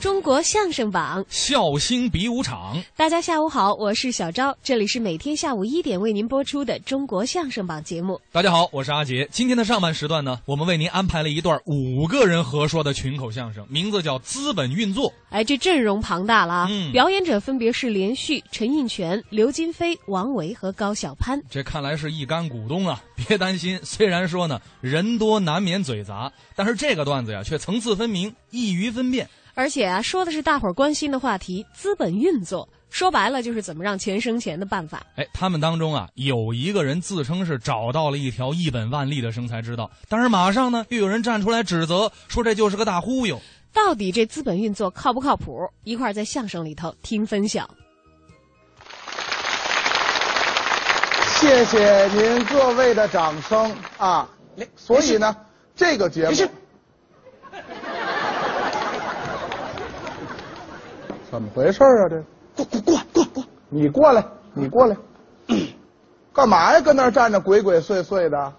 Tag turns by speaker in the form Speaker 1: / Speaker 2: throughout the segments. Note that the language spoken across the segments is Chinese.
Speaker 1: 中国相声榜，
Speaker 2: 笑星比武场，
Speaker 1: 大家下午好，我是小昭，这里是每天下午一点为您播出的《中国相声榜》节目。
Speaker 2: 大家好，我是阿杰。今天的上半时段呢，我们为您安排了一段五个人合说的群口相声，名字叫《资本运作》。
Speaker 1: 哎，这阵容庞大了啊！
Speaker 2: 嗯
Speaker 1: 表演者分别是连续、陈印泉、刘金飞、王维和高晓攀。
Speaker 2: 这看来是一干股东啊！ 别担心，虽然说呢人多难免嘴杂，但是这个段子呀却层次分明，易于分辨。
Speaker 1: 而且啊，说的是大伙儿关心的话题——资本运作。说白了，就是怎么让钱生钱的办法。
Speaker 2: 哎，他们当中啊有一个人自称是找到了一条一本万利的生财之道，但是马上呢又有人站出来指责，说这就是个大忽悠。
Speaker 1: 到底这资本运作靠不靠谱？一块儿在相声里头听分晓。
Speaker 3: 谢谢您各位的掌声啊！所以呢，这个节目怎么回事儿啊？这过过过过过，你过来，你 过来，干嘛呀？跟那儿站着鬼鬼祟祟的？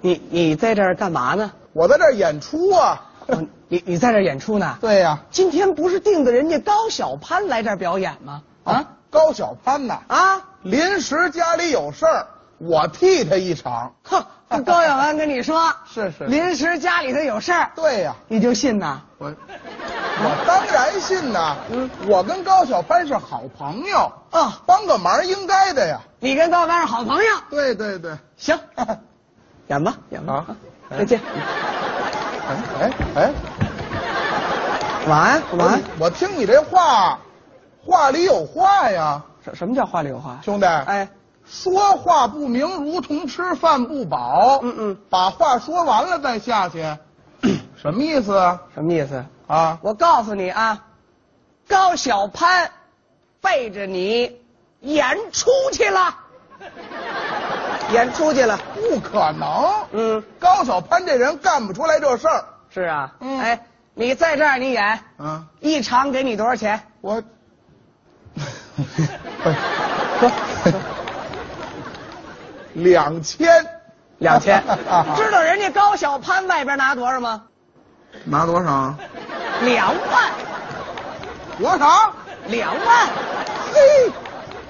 Speaker 4: 你你在这儿干嘛呢？
Speaker 3: 我在这儿演出啊！
Speaker 4: 哦你你在这儿演出呢？
Speaker 3: 对呀、
Speaker 4: 今天不是定的人家高晓攀来这儿表演吗？
Speaker 3: 啊，
Speaker 4: 啊
Speaker 3: 高晓攀呐，
Speaker 4: 啊！
Speaker 3: 临时家里有事儿，我替他一场。
Speaker 4: 哼，这高晓攀跟你说，
Speaker 3: 是是
Speaker 4: 临时家里头有事儿，
Speaker 3: 对呀、
Speaker 4: 你就信呐？
Speaker 3: 我嗯我当然信呐，我跟高晓攀是好朋友
Speaker 4: 啊
Speaker 3: 帮个忙应该的呀。
Speaker 4: 你跟高晓攀是 好朋友，
Speaker 3: 对对对，
Speaker 4: 行，演吧演吧，
Speaker 3: 啊
Speaker 4: 再见。
Speaker 3: 哎哎哎，
Speaker 4: 晚安晚安。
Speaker 3: 我听你这话，话里有话呀，
Speaker 4: 什什么叫话里有话？
Speaker 3: 兄弟。
Speaker 4: 哎，
Speaker 3: 说话不明，如同吃饭不饱。
Speaker 4: 嗯嗯，
Speaker 3: 把话说完了再下 去，什么意思啊？
Speaker 4: 什么意思？
Speaker 3: 啊，
Speaker 4: 我告诉你啊，高晓攀背着你演出去了，演出去了。
Speaker 3: 不可能。
Speaker 4: 嗯，
Speaker 3: 高晓攀这人干不出来这事儿。
Speaker 4: 是啊。
Speaker 3: 嗯
Speaker 4: 哎，你在这儿你演
Speaker 3: 啊，
Speaker 4: 一场给你多少钱？
Speaker 3: 我，两千，。
Speaker 4: 两千 知道人家高晓攀外边拿多少吗？
Speaker 3: 拿多少？
Speaker 4: 两万，
Speaker 3: 多少？
Speaker 4: 两万。
Speaker 3: 嘿，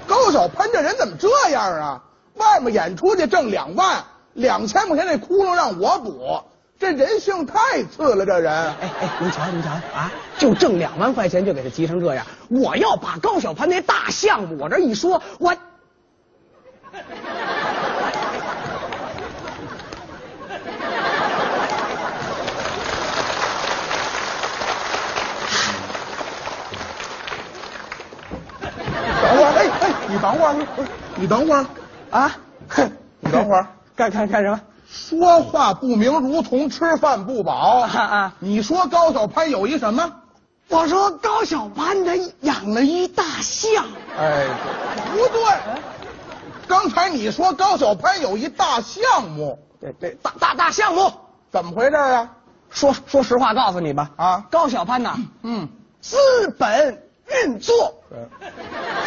Speaker 3: 高晓攀这人怎么这样啊？外面演出去挣两万，两千块钱那窟窿让我补，这人性太次了，这人。
Speaker 4: 哎哎，您瞧您瞧啊，就挣两万块钱就给他急成这样。我要把高晓攀那大项目往这一说，我
Speaker 3: 等会儿，哎哎，你等会儿，不是你等会儿，
Speaker 4: 啊，哼，
Speaker 3: 你等会儿，
Speaker 4: 干干干什么？
Speaker 3: 说话不明，如同吃饭不饱。
Speaker 4: 啊啊
Speaker 3: 你说高晓攀有一什么？
Speaker 4: 我说高晓攀他养了一大象，
Speaker 3: 哎，不对，刚才你说高晓攀有一大项目，
Speaker 4: 这这大大大项目。
Speaker 3: 怎么回事啊？
Speaker 4: 说说实话，告诉你吧，
Speaker 3: 啊
Speaker 4: 高晓攀呐，
Speaker 3: 嗯，
Speaker 4: 资本运作，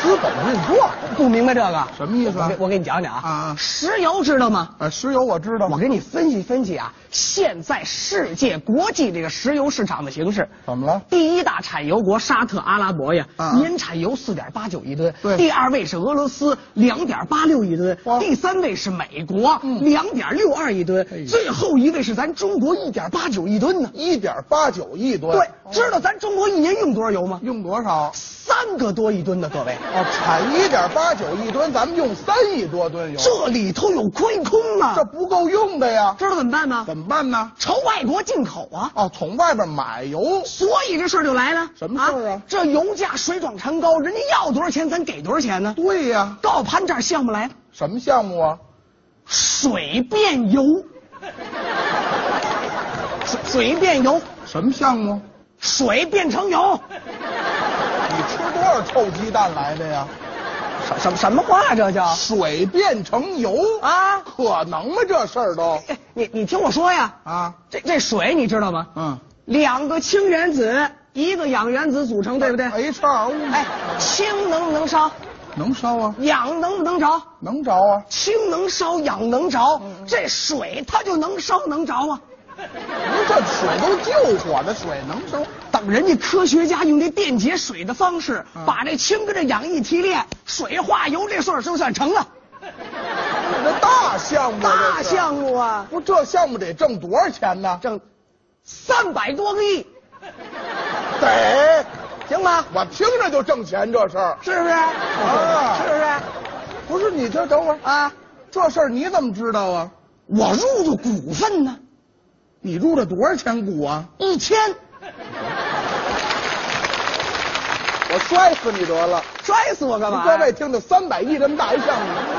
Speaker 3: 资本运作
Speaker 4: 不明白这个
Speaker 3: 什么意思啊
Speaker 4: 我给我给你讲讲啊，
Speaker 3: 啊啊
Speaker 4: 石油知道吗？
Speaker 3: 啊，石油我知道，
Speaker 4: 我给你分析分析啊，现在世界国际这个石油市场的形势。
Speaker 3: 怎么了？
Speaker 4: 第一大产油国沙特阿拉伯呀，
Speaker 3: 啊啊
Speaker 4: 年产油四点八九亿吨。
Speaker 3: 对
Speaker 4: 第二位是俄罗斯，两点八六亿吨
Speaker 3: 哇。嗯
Speaker 4: 第三位是美国，两点六二亿吨
Speaker 3: 哎。呦
Speaker 4: 最后一位是咱中国，一点八九亿吨呢。
Speaker 3: 一点八九亿吨，
Speaker 4: 对，知道咱中国一年用多少油吗？
Speaker 3: 用多少？
Speaker 4: 三个多亿吨呢，各位。
Speaker 3: 哦，产一点八九亿吨，咱们用三亿多吨油，
Speaker 4: 这里头有亏空啊
Speaker 3: 这，不够用的呀，
Speaker 4: 知道怎么办吗？
Speaker 3: 怎么办呢？
Speaker 4: 朝外国进口啊。
Speaker 3: 哦，从外边买油，
Speaker 4: 所以这事儿就来了，
Speaker 3: 什么事儿啊
Speaker 4: 这油价水涨船高，人家要多少钱，咱给多少钱呢？
Speaker 3: 对呀，
Speaker 4: 高攀这儿项目来了，
Speaker 3: 什么项目啊？
Speaker 4: 水变油，水水变油，
Speaker 3: 什么项目？
Speaker 4: 水变成油，
Speaker 3: 你吃多少臭鸡蛋来的呀？
Speaker 4: 什什什么话这叫
Speaker 3: 水变成油啊？
Speaker 4: 啊？
Speaker 3: 可能吗？这事儿都
Speaker 4: 哎你你听我说呀，
Speaker 3: 啊，
Speaker 4: 这这水你知道吗？
Speaker 3: 嗯
Speaker 4: 两个氢原子，一个氧原子组成，对不对？
Speaker 3: ，H 2 O，
Speaker 4: 哎，氢能不能烧？
Speaker 3: 啊能烧啊，
Speaker 4: 氧能不能着？
Speaker 3: 能着啊，嗯
Speaker 4: 氢能烧，氧能着，这水它就能烧能着啊！
Speaker 3: 您这水都救火的水能收？
Speaker 4: 等人家科学家用这电解水的方式，
Speaker 3: 嗯
Speaker 4: 把这氢跟这氧一提炼，水化油这事儿就算成了。
Speaker 3: 你这大项目，
Speaker 4: 大项目啊，
Speaker 3: 不，这项目得挣多少钱呢？
Speaker 4: 挣三百多个亿，
Speaker 3: 得，
Speaker 4: 行吗？
Speaker 3: 我听着就挣钱这事儿。
Speaker 4: 是不是？
Speaker 3: 啊
Speaker 4: 是不是？
Speaker 3: 不是你这等会儿啊，
Speaker 4: 啊，
Speaker 3: 这事儿你怎么知道啊？
Speaker 4: 我入的股份呢，
Speaker 3: 你入了多少钱股啊？
Speaker 4: 一千，
Speaker 3: 我摔死你得了！
Speaker 4: 摔死我干嘛？
Speaker 3: 各位，听着，三百亿这么大一项目，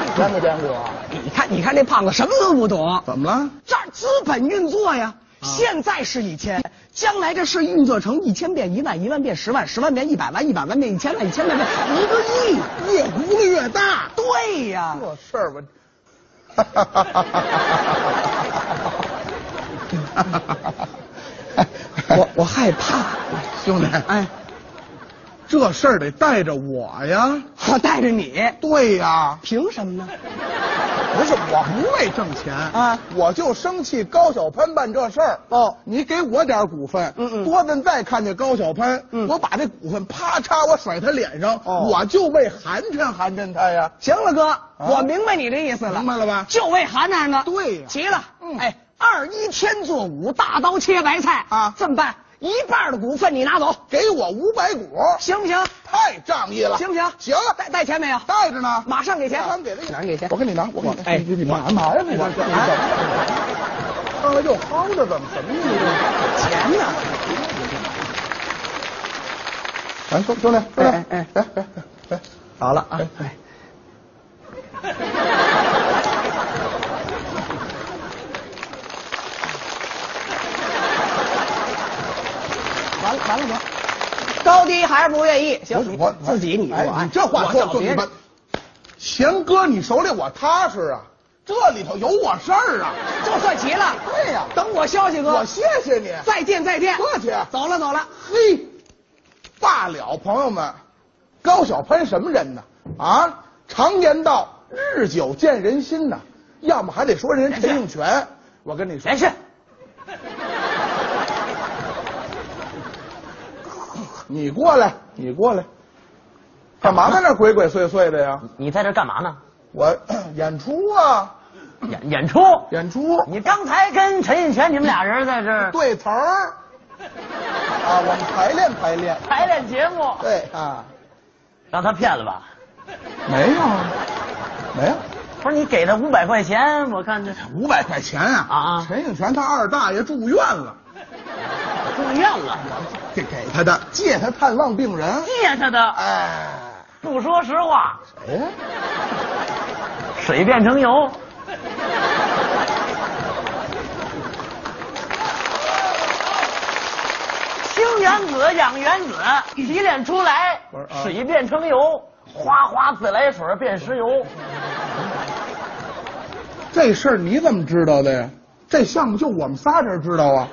Speaker 3: 你见没见过？
Speaker 4: 你看，你看这胖子什么都不懂，
Speaker 3: 怎么了？
Speaker 4: 这儿资本运作呀。
Speaker 3: 啊
Speaker 4: 现在是一千，将来这事运作成一千变一万，一万变十万，十万变一百万，一百万变一千万，一千万变一个亿。
Speaker 3: 越糊涂越大。
Speaker 4: 对呀，
Speaker 3: 这事儿我，
Speaker 4: 我我害怕，
Speaker 3: 兄弟，
Speaker 4: 哎，
Speaker 3: 这事儿得带着我呀。
Speaker 4: 我带着你，
Speaker 3: 对呀，
Speaker 4: 凭什么呢？
Speaker 3: 不是我不为挣钱
Speaker 4: 啊
Speaker 3: 我就生气高小攀办这事儿。
Speaker 4: 哦，
Speaker 3: 你给我点儿股份，
Speaker 4: 嗯嗯
Speaker 3: 多问再看见高小攀，
Speaker 4: 嗯
Speaker 3: 我把这股份啪嚓我甩他脸上，
Speaker 4: 哦
Speaker 3: 我就为寒碜寒碜他呀。
Speaker 4: 行了，哥，我明白你这意思了，
Speaker 3: 啊明白了吧
Speaker 4: 就为韩那呢。
Speaker 3: 对呀
Speaker 4: 齐了。
Speaker 3: 嗯
Speaker 4: 哎，二一天作五，大刀切白菜
Speaker 3: 啊
Speaker 4: 这么办，一半的股份你拿走，
Speaker 3: 给我五百股，
Speaker 4: 行不行？
Speaker 3: 太仗义了。
Speaker 4: 行不行？
Speaker 3: 行，
Speaker 4: 带带钱没有？
Speaker 3: 带着呢，
Speaker 4: 马上给钱。
Speaker 3: 咱给他一
Speaker 4: 马上给钱
Speaker 3: 我给你拿，我给你。
Speaker 4: 哎
Speaker 3: 你你干嘛呀？你这是
Speaker 4: 啊
Speaker 3: 上来就薅着，怎么什么意思？
Speaker 4: 钱呢？
Speaker 3: 哎，兄兄弟，兄弟
Speaker 4: 哎哎哎
Speaker 3: 来来来来，
Speaker 4: 好了啊
Speaker 3: 哎，
Speaker 4: 哎完了完了我，高低还是不愿意，行，你
Speaker 3: 我我
Speaker 4: 自己你我
Speaker 3: 哎，你这话说
Speaker 4: 我
Speaker 3: 的
Speaker 4: 找
Speaker 3: 就
Speaker 4: 别
Speaker 3: 你
Speaker 4: 人
Speaker 3: 们，贤哥，你手里我踏实啊，这里头有我事儿啊。
Speaker 4: 就算齐了。
Speaker 3: 对呀
Speaker 4: 等我消息哥，
Speaker 3: 我谢谢你。
Speaker 4: 再见再见，
Speaker 3: 客气
Speaker 4: 走了走了。
Speaker 3: 嘿，罢了，朋友们，高小攀什么人呢？啊，常言道，日久见人心呐。要么还得说人陈永
Speaker 4: 哎
Speaker 3: 泉，我跟你说，
Speaker 4: 谁是？
Speaker 3: 你过来，你过来，干嘛在那儿鬼鬼祟祟的呀？
Speaker 5: 你在这干嘛呢？
Speaker 3: 我 演出啊，
Speaker 5: 演演出？
Speaker 3: 演出，
Speaker 5: 你刚才跟陈印泉你们俩人在这儿
Speaker 3: 对词儿啊，我们排练排练，
Speaker 5: 排练节目，
Speaker 3: 对啊，
Speaker 5: 让他骗了吧？
Speaker 3: 没有，
Speaker 5: 啊
Speaker 3: 没有，
Speaker 5: 不是你给他五百块钱，我看这
Speaker 3: 五百块钱啊
Speaker 5: 啊啊
Speaker 3: 陈永泉他二大爷住院了。
Speaker 5: 住院了，
Speaker 3: 这给他的，借他探望病人。
Speaker 5: 借他的。
Speaker 3: 哎，
Speaker 5: 不说实话，
Speaker 3: 谁呀？
Speaker 5: 水变成油。氢原子、氧原子提炼出来
Speaker 3: 不是啊，
Speaker 5: 水变成油，哗哗自来水变石油。
Speaker 3: 这事儿你怎么知道的呀？这项目就我们仨人知道啊。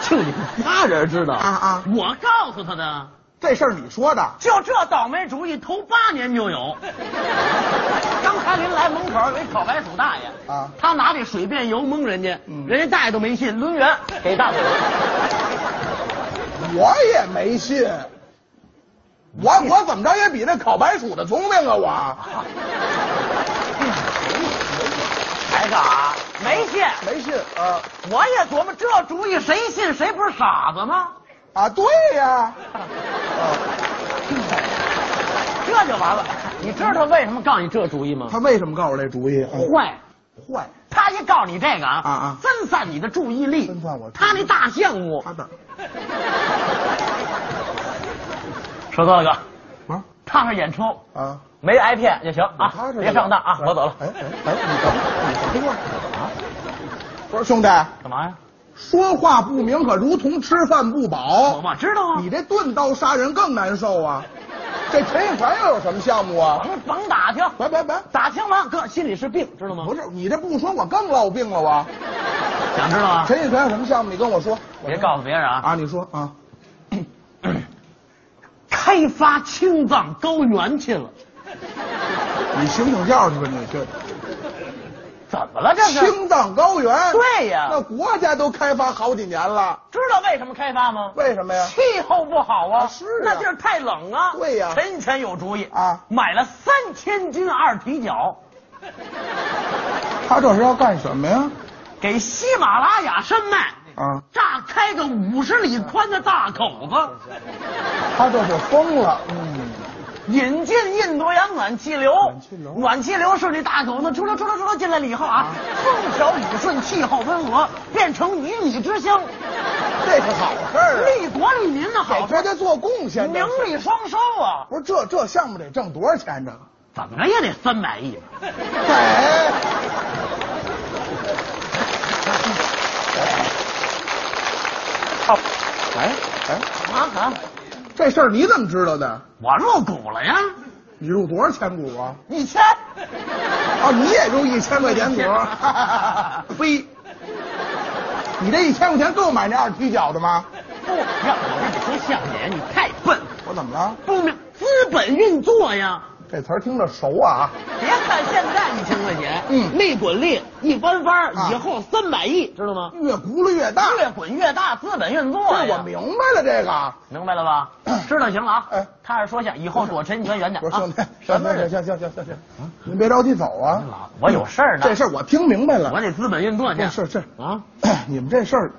Speaker 5: 就你们仨人知道
Speaker 3: 啊啊！
Speaker 5: 我告诉他的。
Speaker 3: 这事儿你说的，
Speaker 5: 就这倒霉主意，头八年 就有。刚才您来门口有一烤白薯大爷
Speaker 3: 啊
Speaker 5: 他拿这水变油蒙人家，
Speaker 3: 嗯
Speaker 5: 人家大爷都没信，抡圆给大嘴巴。
Speaker 3: 我也没信。我我怎么着也比那烤白薯的聪明啊！我
Speaker 5: 还干啥？啊没信。
Speaker 3: 嗯没信啊
Speaker 5: 我也琢磨这主意谁信谁不是傻子吗？
Speaker 3: 啊！对呀、
Speaker 5: 这就完了。你知道他为什么告你这主意吗？
Speaker 3: 他为什么告我这主意？呃
Speaker 5: 坏。
Speaker 3: 坏，
Speaker 5: 他一告你这个啊
Speaker 3: 啊啊
Speaker 5: 分散你的注意力，
Speaker 3: 分散我注意力啊
Speaker 5: 他那大项目，
Speaker 3: 他的
Speaker 5: 说错了哥，
Speaker 3: 啊
Speaker 5: 唱上演出
Speaker 3: 啊！
Speaker 5: 没挨骗就行啊
Speaker 3: 他，这
Speaker 5: 别上当啊，我走了。
Speaker 3: 哎哎哎，你等会儿你等会儿啊！不是兄弟，
Speaker 5: 干嘛呀？
Speaker 3: 说话不明可如同吃饭不饱。
Speaker 5: 我我知道啊，
Speaker 3: 你这钝刀杀人更难受啊！这陈一凡又有什么项目啊？
Speaker 5: 甭甭打听，
Speaker 3: 别别别！
Speaker 5: 打听完哥心里是病，知道吗？
Speaker 3: 不是你这不说，我更落病了
Speaker 5: 啊
Speaker 3: 我。
Speaker 5: 想知道啊？
Speaker 3: 陈一凡有什么项目？你跟我说。
Speaker 5: 别告诉别人啊！
Speaker 3: 啊！你说啊，
Speaker 5: 开发青藏高原去了，
Speaker 3: 你醒醒觉去吧，你去。
Speaker 5: 怎么了这是？
Speaker 3: 青藏高原，
Speaker 5: 对呀
Speaker 3: 那国家都开发好几年了，
Speaker 5: 知道为什么开发吗？
Speaker 3: 为什么呀？
Speaker 5: 气候不好啊，
Speaker 3: 啊是啊
Speaker 5: 那地儿太冷啊。
Speaker 3: 对呀
Speaker 5: 陈全有主意
Speaker 3: 啊
Speaker 5: 买了三千斤二踢脚，
Speaker 3: 他这是要干什么呀？
Speaker 5: 给喜马拉雅山脉
Speaker 3: 啊，
Speaker 5: 炸开个五十里宽的大口子，
Speaker 3: 他这是疯了，嗯，
Speaker 5: 引进印度洋暖气流。
Speaker 3: 暖气流
Speaker 5: 暖气流顺着大口子出溜出溜出溜进来了以后啊，风调雨顺，气候温和，变成鱼米之乡，
Speaker 3: 这是好事儿
Speaker 5: 利国利民的
Speaker 3: 啊，
Speaker 5: 好
Speaker 3: 给
Speaker 5: 事
Speaker 3: 国，
Speaker 5: 儿
Speaker 3: 家做贡献这
Speaker 5: 名
Speaker 3: 是，
Speaker 5: 利双收啊！
Speaker 3: 不是这这项目得挣多少钱？这个
Speaker 5: 怎么着也得三百亿吧。哎
Speaker 3: 给。哎哎，
Speaker 5: 啊啊！
Speaker 3: 这事儿你怎么知道的？
Speaker 5: 我入股了呀，
Speaker 3: 你入多少钱股啊？
Speaker 5: 一千。
Speaker 3: 啊，你也入一千块钱股？呸！你这一千块钱够买那二踢脚的吗？
Speaker 5: 不，让我跟你说相声，你太笨，
Speaker 3: 我怎么了？
Speaker 5: 不明资本运作呀。
Speaker 3: 这词儿听着熟啊！
Speaker 5: 别看现在一千块钱，
Speaker 3: 嗯
Speaker 5: 利滚利，一翻番儿，
Speaker 3: 啊
Speaker 5: 以后三百亿，知道吗？
Speaker 3: 越轱辘越大。
Speaker 5: 越滚越大，资本运作
Speaker 3: 这
Speaker 5: 呀
Speaker 3: 我明白了，这个。
Speaker 5: 明白了吧？知道行了啊
Speaker 3: 哎。
Speaker 5: 踏实说相声，以后躲陈全远点
Speaker 3: 我
Speaker 5: 啊。
Speaker 3: 说兄弟，
Speaker 5: 什
Speaker 3: 行
Speaker 5: 么
Speaker 3: 行
Speaker 5: 人？
Speaker 3: 行行行行行，您别着急走啊，
Speaker 5: 我有事儿呢。
Speaker 3: 这事儿我听明白了。
Speaker 5: 我得资本运作去。
Speaker 3: 是是
Speaker 5: 啊，
Speaker 3: 你们这事儿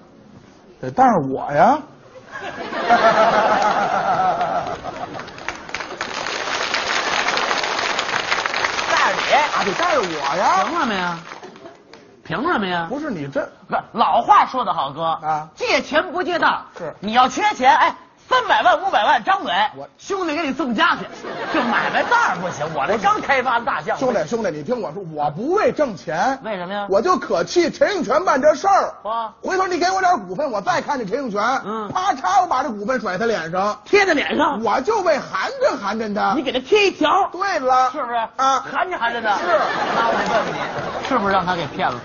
Speaker 3: 得带上我呀。
Speaker 5: 大理。
Speaker 3: 啊，得带着我呀！
Speaker 5: 凭什么呀？凭什么呀？
Speaker 3: 不是你这，
Speaker 5: 不是，老话说得好，哥
Speaker 3: 啊
Speaker 5: 借钱不借道。
Speaker 3: 是
Speaker 5: 你要缺钱，哎，三百万、五百万，张嘴，
Speaker 3: 我
Speaker 5: 兄弟给你送家去。这买卖当然不行，我这刚开发的大项目。
Speaker 3: 兄弟兄弟，你听我说，我不为挣钱，
Speaker 5: 为什么呀
Speaker 3: 我就可气陈永泉办这事儿。
Speaker 5: 啊
Speaker 3: 回头你给我点股份，我再看这陈永泉，
Speaker 5: 嗯
Speaker 3: 啪嚓，我把这股份甩他脸上，
Speaker 5: 贴在脸上，
Speaker 3: 我就为寒碜寒碜他
Speaker 5: 你。给他贴一条，
Speaker 3: 对了，
Speaker 5: 是不是？
Speaker 3: 啊，
Speaker 5: 含着含着呢。
Speaker 3: 是
Speaker 5: 那我得问问你，是不是让他给骗了？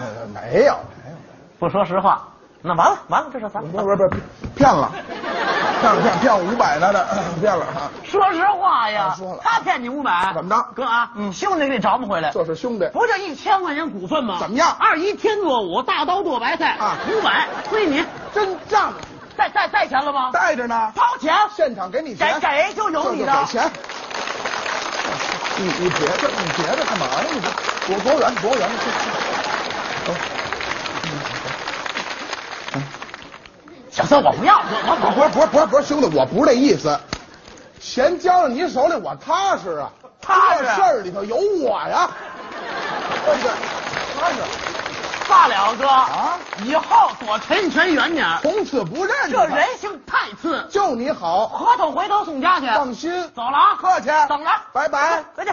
Speaker 3: 呃没有没有。
Speaker 5: 不说实话，那完了完了，这是咱们
Speaker 3: 不是不是不是，骗了，骗了骗骗我五百来的，骗了啊！
Speaker 5: 说实话呀
Speaker 3: 啊说了，
Speaker 5: 他骗你五百，
Speaker 3: 怎么着
Speaker 5: 哥啊，
Speaker 3: 嗯
Speaker 5: 兄弟给你找不回来。
Speaker 3: 这是兄弟，
Speaker 5: 不就一千块钱股份吗？
Speaker 3: 怎么样
Speaker 5: 二姨天作五，大刀剁白菜
Speaker 3: 啊
Speaker 5: 五百归你，
Speaker 3: 真仗
Speaker 5: 带带带钱了吗？
Speaker 3: 带着呢，
Speaker 5: 掏钱，
Speaker 3: 现场给你
Speaker 5: 给
Speaker 3: 钱，
Speaker 5: 给就有
Speaker 3: 这
Speaker 5: 你
Speaker 3: 就
Speaker 5: 的
Speaker 3: 给。钱。你你别这，你别这干嘛呢？你这躲躲远，躲远。走
Speaker 5: 小三，我不要，我我
Speaker 3: 啊不是不是不是不是，兄弟，我不是这意思。钱交到你手里，我踏实啊，
Speaker 5: 踏实
Speaker 3: 这事儿里头有我呀，对不对？踏实，
Speaker 5: 罢了，哥
Speaker 3: 啊
Speaker 5: 以后躲陈全远点儿，
Speaker 3: 从此不认识
Speaker 5: 这
Speaker 3: 他
Speaker 5: 人性太次，
Speaker 3: 就你好，
Speaker 5: 合同回头送家去。
Speaker 3: 放心，
Speaker 5: 走了啊，
Speaker 3: 客气
Speaker 5: 等着，
Speaker 3: 拜拜
Speaker 5: 回去。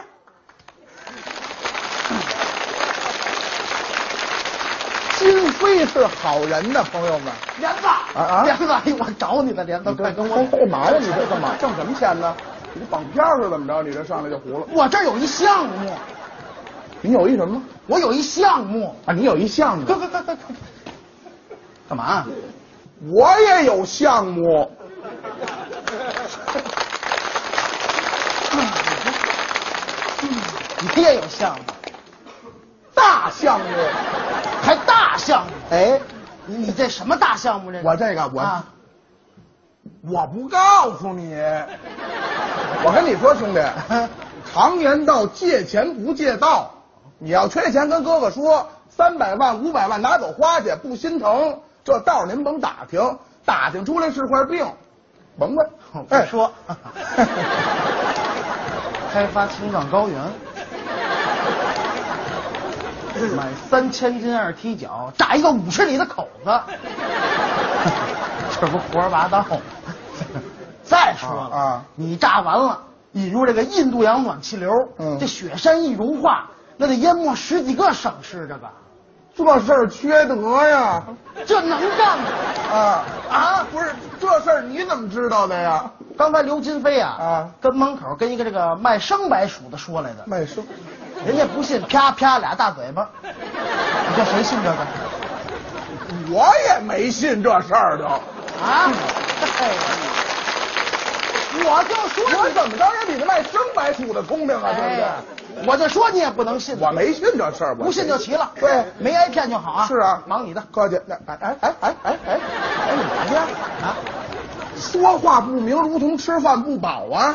Speaker 3: 金飞是好人呐，朋友们。
Speaker 5: 莲子，
Speaker 3: 啊啊！
Speaker 5: 莲子，
Speaker 3: 子，
Speaker 4: 哎
Speaker 3: 我找你呢，莲子，快跟我干嘛呀？你这干嘛？挣什么钱呢？你这绑票是怎么着？你这上来就糊了。
Speaker 4: 我这儿有一项目，
Speaker 3: 你有一什么？
Speaker 4: 我有一项目。
Speaker 3: 啊，你有一项目啊
Speaker 4: 快快快快快！干嘛？
Speaker 3: 我也有项目。
Speaker 4: 你也有项目，
Speaker 3: 大项目，
Speaker 4: 还大项目？
Speaker 3: 哎，
Speaker 4: 你你这什么大项目？这
Speaker 3: 我这个我、
Speaker 4: 啊
Speaker 3: 我不告诉 你，我跟你说，兄弟，常言道借钱不借道，你要缺钱跟哥哥说，三百万五百万拿走花去，不心疼，这道儿您甭打听，打听出来是块病，甭问，哎
Speaker 4: 我说开发青藏高原，买三千斤二踢脚，炸一个五十里的口子，这不胡说八道吗？再说了
Speaker 3: 啊啊
Speaker 4: 你炸完了，引入这个印度洋暖气流，
Speaker 3: 嗯
Speaker 4: 这雪山一融化，那得淹没十几个省市，这个
Speaker 3: 这事儿缺德呀！
Speaker 4: 这能干吗？
Speaker 3: 啊啊，不是这事儿你怎么知道的呀？
Speaker 4: 刚才刘金飞啊，
Speaker 3: 啊
Speaker 4: 跟门口跟一个这个卖生白薯的说来的，
Speaker 3: 卖书，
Speaker 4: 人家不信，啪啪俩大嘴巴。你叫谁信这个？
Speaker 3: 我
Speaker 5: 啊
Speaker 3: 也没信这事儿都。
Speaker 4: 啊？
Speaker 5: 我就说
Speaker 3: 我
Speaker 5: 你
Speaker 3: 怎么着也比那卖生白薯的聪明啊，对不
Speaker 5: 哎
Speaker 3: 对？，
Speaker 5: 我就说你也不能信，
Speaker 3: 我没信这事儿，我
Speaker 5: 不信就齐了。
Speaker 3: 对，
Speaker 5: 没挨骗就好啊。
Speaker 3: 是啊，
Speaker 5: 忙你的。
Speaker 3: 客气。那哎哎哎哎哎哎，哎你干去啊？说话不明，如同吃饭不饱啊！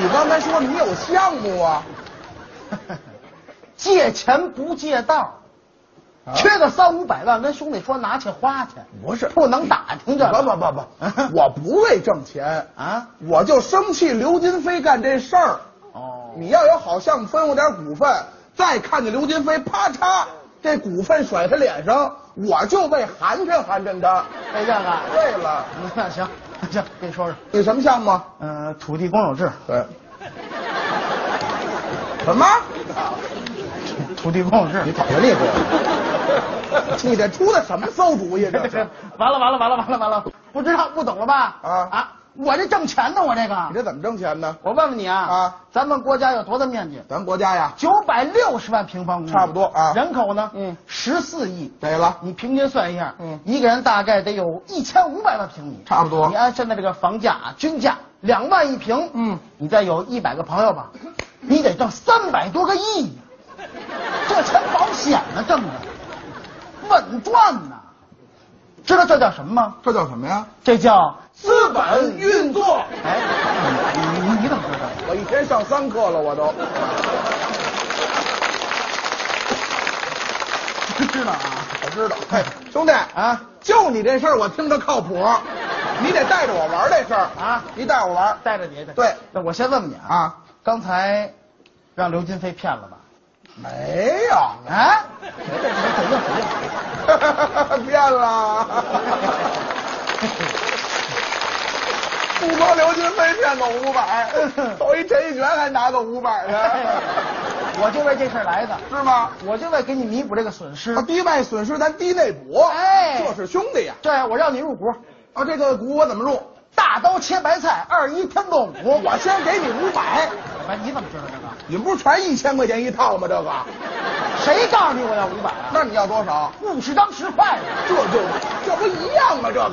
Speaker 3: 你刚才说你有项目啊？
Speaker 5: 借钱不借道，
Speaker 4: 啊
Speaker 5: 缺个三五百万，跟兄弟说拿去花去，
Speaker 3: 不是
Speaker 5: 不能打听这
Speaker 3: 不不
Speaker 5: 个。
Speaker 3: 不不，我不为挣钱
Speaker 5: 啊
Speaker 3: 啊，我就生气刘金飞干这事儿。
Speaker 5: 哦，
Speaker 3: 你要有好项目，分我点股份。再看见刘金飞，啪嚓，这股份甩他脸上，我就为寒碜寒碜他。
Speaker 5: 哎这个，
Speaker 3: 对了，
Speaker 4: 嗯
Speaker 5: 那行行，跟你说说，
Speaker 3: 你什么项目？
Speaker 5: 呃，土地公有制，
Speaker 3: 对。什么？
Speaker 5: 土地公有制，
Speaker 3: 讨厌你这！你这出的什么馊主意？这是？
Speaker 5: 完了完了完了完了完了，不知道不懂了吧？
Speaker 3: 啊
Speaker 5: 啊，我这挣钱呢，我这
Speaker 3: 你
Speaker 5: 个，
Speaker 3: 这怎么挣钱呢？
Speaker 5: 我问问你啊，
Speaker 3: 啊，
Speaker 5: 咱们国家有多大面积？
Speaker 3: 咱国家呀，
Speaker 5: 九百六十万平方公里，
Speaker 3: 差不多啊
Speaker 5: 人口呢？
Speaker 3: 嗯
Speaker 5: 十四亿。
Speaker 3: 对了，
Speaker 5: 你平均算一下，
Speaker 3: 嗯
Speaker 5: 一个人大概得有一千五百万平米，
Speaker 3: 差不多
Speaker 5: 你按现在这个房价啊，均价两万一平，
Speaker 3: 嗯，
Speaker 5: 你再有一百个朋友吧，你得挣三百多个亿，啊这钱保险呢挣的，稳赚呢、知道这叫什么吗？
Speaker 3: 这叫什么呀？
Speaker 5: 这叫
Speaker 3: 资本运作。
Speaker 5: 哎，你你你怎么知道？
Speaker 3: 我一天上三课了，我都。
Speaker 5: 知道啊？
Speaker 3: 我知道，嘿，兄弟啊，就你这事儿我听着靠谱，你得带着我玩儿这事儿
Speaker 5: 啊
Speaker 3: 你带我玩儿，
Speaker 5: 带着你的。
Speaker 3: 对
Speaker 5: 那我先问问你啊，
Speaker 3: 啊，
Speaker 5: 刚才让刘金飞骗了吧？
Speaker 3: 没有，
Speaker 5: 啊？怎样怎样？
Speaker 3: 变了， 不光刘金飞骗个五百， 头一陈一泉还拿个五百
Speaker 5: 哎
Speaker 3: 呢，
Speaker 5: 我就为这事儿来的，
Speaker 3: 是吗？
Speaker 5: 我就为给你弥补这个损失
Speaker 3: 啊。低外损失咱低内补，
Speaker 5: 嗯哎
Speaker 3: 这是兄弟呀，
Speaker 5: 对，我让你入股，
Speaker 3: 啊，这个股我怎么入？
Speaker 5: 大刀切白菜，二一天购
Speaker 3: 我
Speaker 5: 五。
Speaker 3: 我先给你五百，
Speaker 5: 哎，你怎么知道这个？
Speaker 3: 你们不是全一千块钱一套吗？这个，
Speaker 5: 谁告诉你我要五百啊？
Speaker 3: 那你要多少？
Speaker 5: 五十张十块呢，
Speaker 3: 这就这不一样吗？这个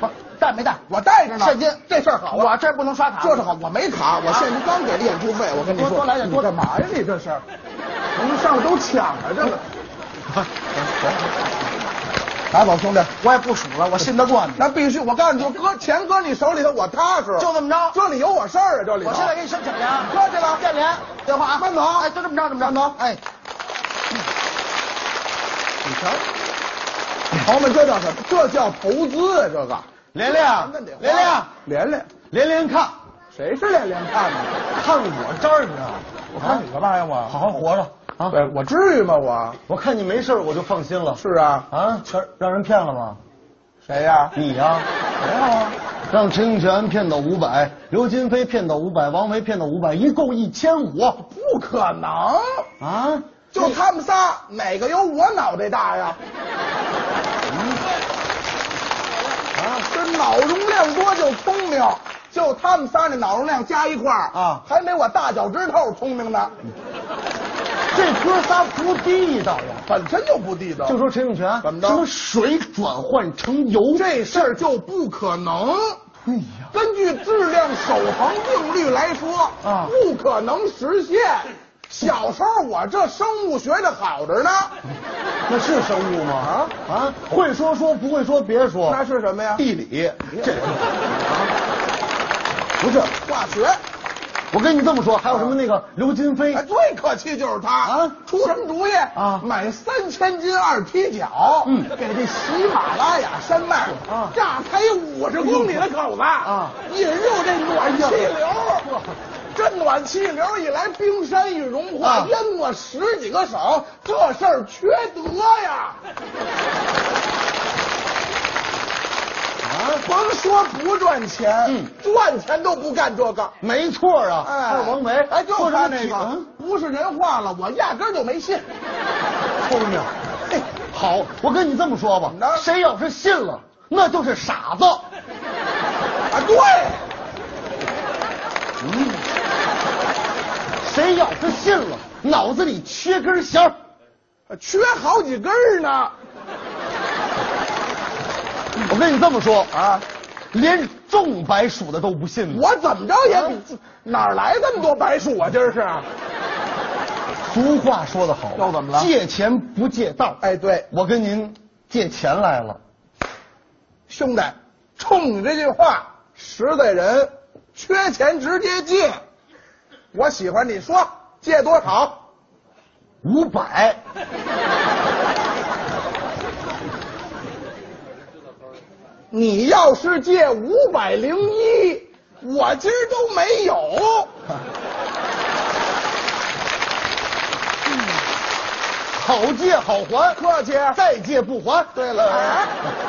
Speaker 5: 不带没带？
Speaker 3: 我带着呢，
Speaker 5: 现金
Speaker 3: 这事儿好啊，
Speaker 5: 我这儿不能刷卡，
Speaker 3: 这是好，我没卡，我现金刚给的演出费，我跟你说，
Speaker 5: 多多来点多
Speaker 3: 你干嘛呀？你这是，我们上来都抢了 这个。来，宝兄弟，
Speaker 5: 我也不数了，我信得过你。
Speaker 3: 那必须！我告诉你，搁钱搁你手里头，我踏实。
Speaker 5: 就这么着
Speaker 3: 这里有我事儿啊，这里头。
Speaker 5: 我现在给你申请去啊，
Speaker 3: 客气了，
Speaker 5: 建联电话啊，
Speaker 3: 慢走
Speaker 5: 哎，就这么着，这么着，
Speaker 3: 慢走
Speaker 5: 哎，
Speaker 3: 你瞧，朋友们，这叫什么？这叫投资啊！这个
Speaker 5: 连亮
Speaker 3: 咱们得花
Speaker 5: 连亮，
Speaker 3: 连连，
Speaker 5: 连连看，
Speaker 3: 谁是连连看呢？
Speaker 5: 看我这儿呢，
Speaker 3: 我看你干嘛呀？我
Speaker 5: 好好活着啊！
Speaker 3: 对，我至于吗？我
Speaker 5: 我看你没事儿我就放心了。
Speaker 3: 是啊，
Speaker 5: 啊，全让人骗了吗？
Speaker 3: 谁呀、
Speaker 5: 你呀、哦
Speaker 3: 没有啊，
Speaker 5: 让陈永泉骗到五百，刘金飞骗到五百，王菲骗到五百，一共一千五
Speaker 3: 不可能，
Speaker 5: 啊！
Speaker 3: 就他们仨，哪个有我脑袋大呀？
Speaker 5: 嗯
Speaker 3: 啊，这脑容量多就聪明，就他们仨那脑容量加一块儿
Speaker 5: 啊嗯
Speaker 3: 还没我大脚趾头聪明呢，
Speaker 5: 这哥仨不地道呀！
Speaker 3: 本身就不地道。
Speaker 5: 就说陈永泉
Speaker 3: 怎么着
Speaker 5: 什么水转换成油，
Speaker 3: 这事儿就不可能。
Speaker 5: 哎呀，
Speaker 3: 根据质量守恒定律来说，
Speaker 5: 啊
Speaker 3: 不可能实现。小时候我这生物学的好着呢，
Speaker 5: 那是生物吗？啊哎啊，会说说，不会说别说。
Speaker 3: 那是什么呀？
Speaker 5: 地理，这
Speaker 3: 不是化学，
Speaker 5: 我跟你这么说，还有什么那个刘金飞
Speaker 3: 哎，最可气就是他
Speaker 5: 啊
Speaker 3: 出什么主意
Speaker 5: 啊
Speaker 3: 买三千斤二踢脚，
Speaker 5: 嗯
Speaker 3: 给这喜马拉雅山脉
Speaker 5: 啊
Speaker 3: 炸开五十公里的口子
Speaker 5: 啊哎
Speaker 3: 引入这暖气流
Speaker 5: 哇。
Speaker 3: 这暖气流一来，冰山一融化，
Speaker 5: 啊
Speaker 3: 淹没十几个省，这事儿缺德呀！
Speaker 5: 啊？
Speaker 3: 甭说不赚钱，
Speaker 5: 嗯
Speaker 3: 赚钱都不干这个。
Speaker 5: 没错啊，还有王维，
Speaker 3: 哎，就
Speaker 5: 说什
Speaker 3: 他
Speaker 5: 么
Speaker 3: 那
Speaker 5: 体
Speaker 3: 个
Speaker 5: 嗯，
Speaker 3: 不是人话了，我压根儿就没信。
Speaker 5: 聪明。嘿，好，我跟你这么说吧
Speaker 3: 怎么着，
Speaker 5: 谁要是信了，那就是傻子。
Speaker 3: 啊，对。
Speaker 5: 谁要是信了，脑子里缺根弦儿。
Speaker 3: 呃缺好几根儿呢。
Speaker 5: 我跟你这么说，
Speaker 3: 嗯啊，
Speaker 5: 连种白薯的都不信了。
Speaker 3: 我怎么着也
Speaker 5: 嗯
Speaker 3: 比哪儿来这么多白鼠啊？今儿是，
Speaker 5: 俗话说得好，啊
Speaker 3: 又怎么了
Speaker 5: 借钱不借道。
Speaker 3: 哎，对，
Speaker 5: 我跟您借钱来了，
Speaker 3: 兄弟，冲你这句话，实在人，缺钱直接借，我喜欢你说借多少？
Speaker 5: 五百。
Speaker 3: 你要是借五百零一，我今儿都没有。
Speaker 5: 好借好还，
Speaker 3: 客气
Speaker 5: 再借不还。
Speaker 3: 对了啊
Speaker 5: 哎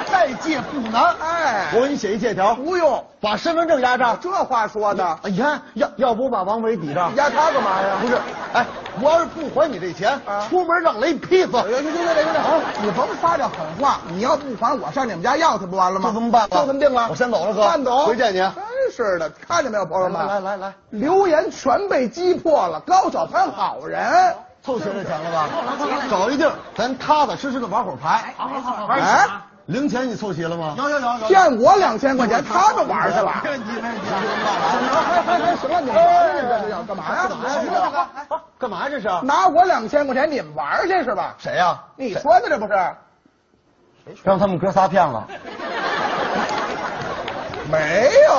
Speaker 5: 再借不难。
Speaker 3: 哎
Speaker 5: 我给你写一借条，
Speaker 3: 不用，
Speaker 5: 把身份证压
Speaker 3: 啊
Speaker 5: 上。
Speaker 3: 这话说的，
Speaker 5: 哎呀，要要不我把王伟抵上？
Speaker 3: 压他干嘛哎呀？
Speaker 5: 不是，哎，我要是不还你这钱，
Speaker 3: 啊
Speaker 5: 出门让雷劈死。
Speaker 3: 哎呦，行行行行行，你甭发表狠话，你要不还，我上你们家要去不完了吗？
Speaker 5: 这怎么办吧
Speaker 3: 就这么定了。
Speaker 5: 我先走了哥
Speaker 3: 慢走，
Speaker 5: 回见你啊
Speaker 3: 真是的，看见没有，朋友们？
Speaker 5: 来来来来，
Speaker 3: 留言全被击破了。高小攀好人，
Speaker 5: 凑齐这钱了吧？找一地儿，咱踏踏实实的玩会儿牌。
Speaker 6: 好好好，玩一
Speaker 3: 哎，
Speaker 6: 把。
Speaker 5: 零钱你凑齐了吗？
Speaker 6: 有有有有。
Speaker 3: 骗我两千
Speaker 5: 哎
Speaker 3: 块钱，他们玩去了。
Speaker 5: 没问题，没问题。
Speaker 3: 哎哎哎， 行了，你们玩去，这是要干嘛呀？
Speaker 5: 干哎嘛呀？这是干嘛呀？这是
Speaker 3: 拿我两千块钱，你们玩去是吧？
Speaker 5: 谁呀？
Speaker 3: 你说的这不是？
Speaker 5: 让他们哥仨骗了
Speaker 3: 没有，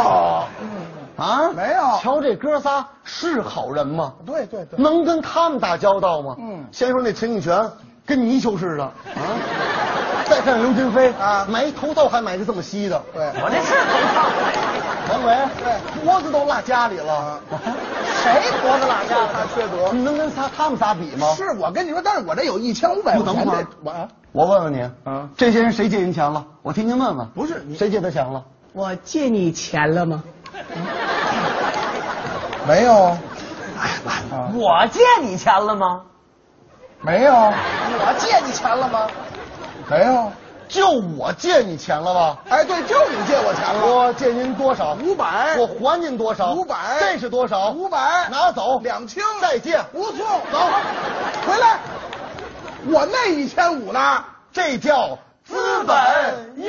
Speaker 5: 啊？
Speaker 3: 嗯没有
Speaker 5: 瞧这哥仨是好人吗？
Speaker 3: 对对对，
Speaker 5: 能跟他们打交道吗？
Speaker 3: 嗯
Speaker 5: 先说那陈景泉跟泥鳅似的啊，再看刘金飞
Speaker 3: 啊
Speaker 5: 买一头套还买个这么稀的，
Speaker 3: 对
Speaker 6: 我这是头
Speaker 5: 王维
Speaker 3: 对
Speaker 5: 脖子都落家里了，
Speaker 3: 谁啊脖子拉架了？他缺德。
Speaker 5: 你能跟他他们仨比吗？
Speaker 3: 是我跟你说，但是我这有一千五百
Speaker 5: 不
Speaker 3: 块
Speaker 5: 等
Speaker 3: 钱
Speaker 5: 会儿
Speaker 3: 这，我
Speaker 5: 我问问你，
Speaker 3: 啊
Speaker 5: 这些人谁借您钱了？我替您问问，
Speaker 3: 不是你
Speaker 5: 谁借他钱了？
Speaker 4: 我借你钱了吗？
Speaker 3: 没有，
Speaker 6: 套，我借你钱了吗？
Speaker 3: 没有，
Speaker 7: 我借你钱了吗？
Speaker 3: 没有。
Speaker 5: 就我借你钱了吧？
Speaker 3: 哎，对，就你借我钱了，
Speaker 5: 我借您多少？
Speaker 3: 五百
Speaker 5: 我还您多少？
Speaker 3: 五百
Speaker 5: 这是多少？
Speaker 3: 五百
Speaker 5: 拿走。
Speaker 3: 两清
Speaker 5: 再借。
Speaker 3: 不送，
Speaker 5: 走，
Speaker 3: 回来，我那一千五呢？
Speaker 5: 这叫
Speaker 3: 资本运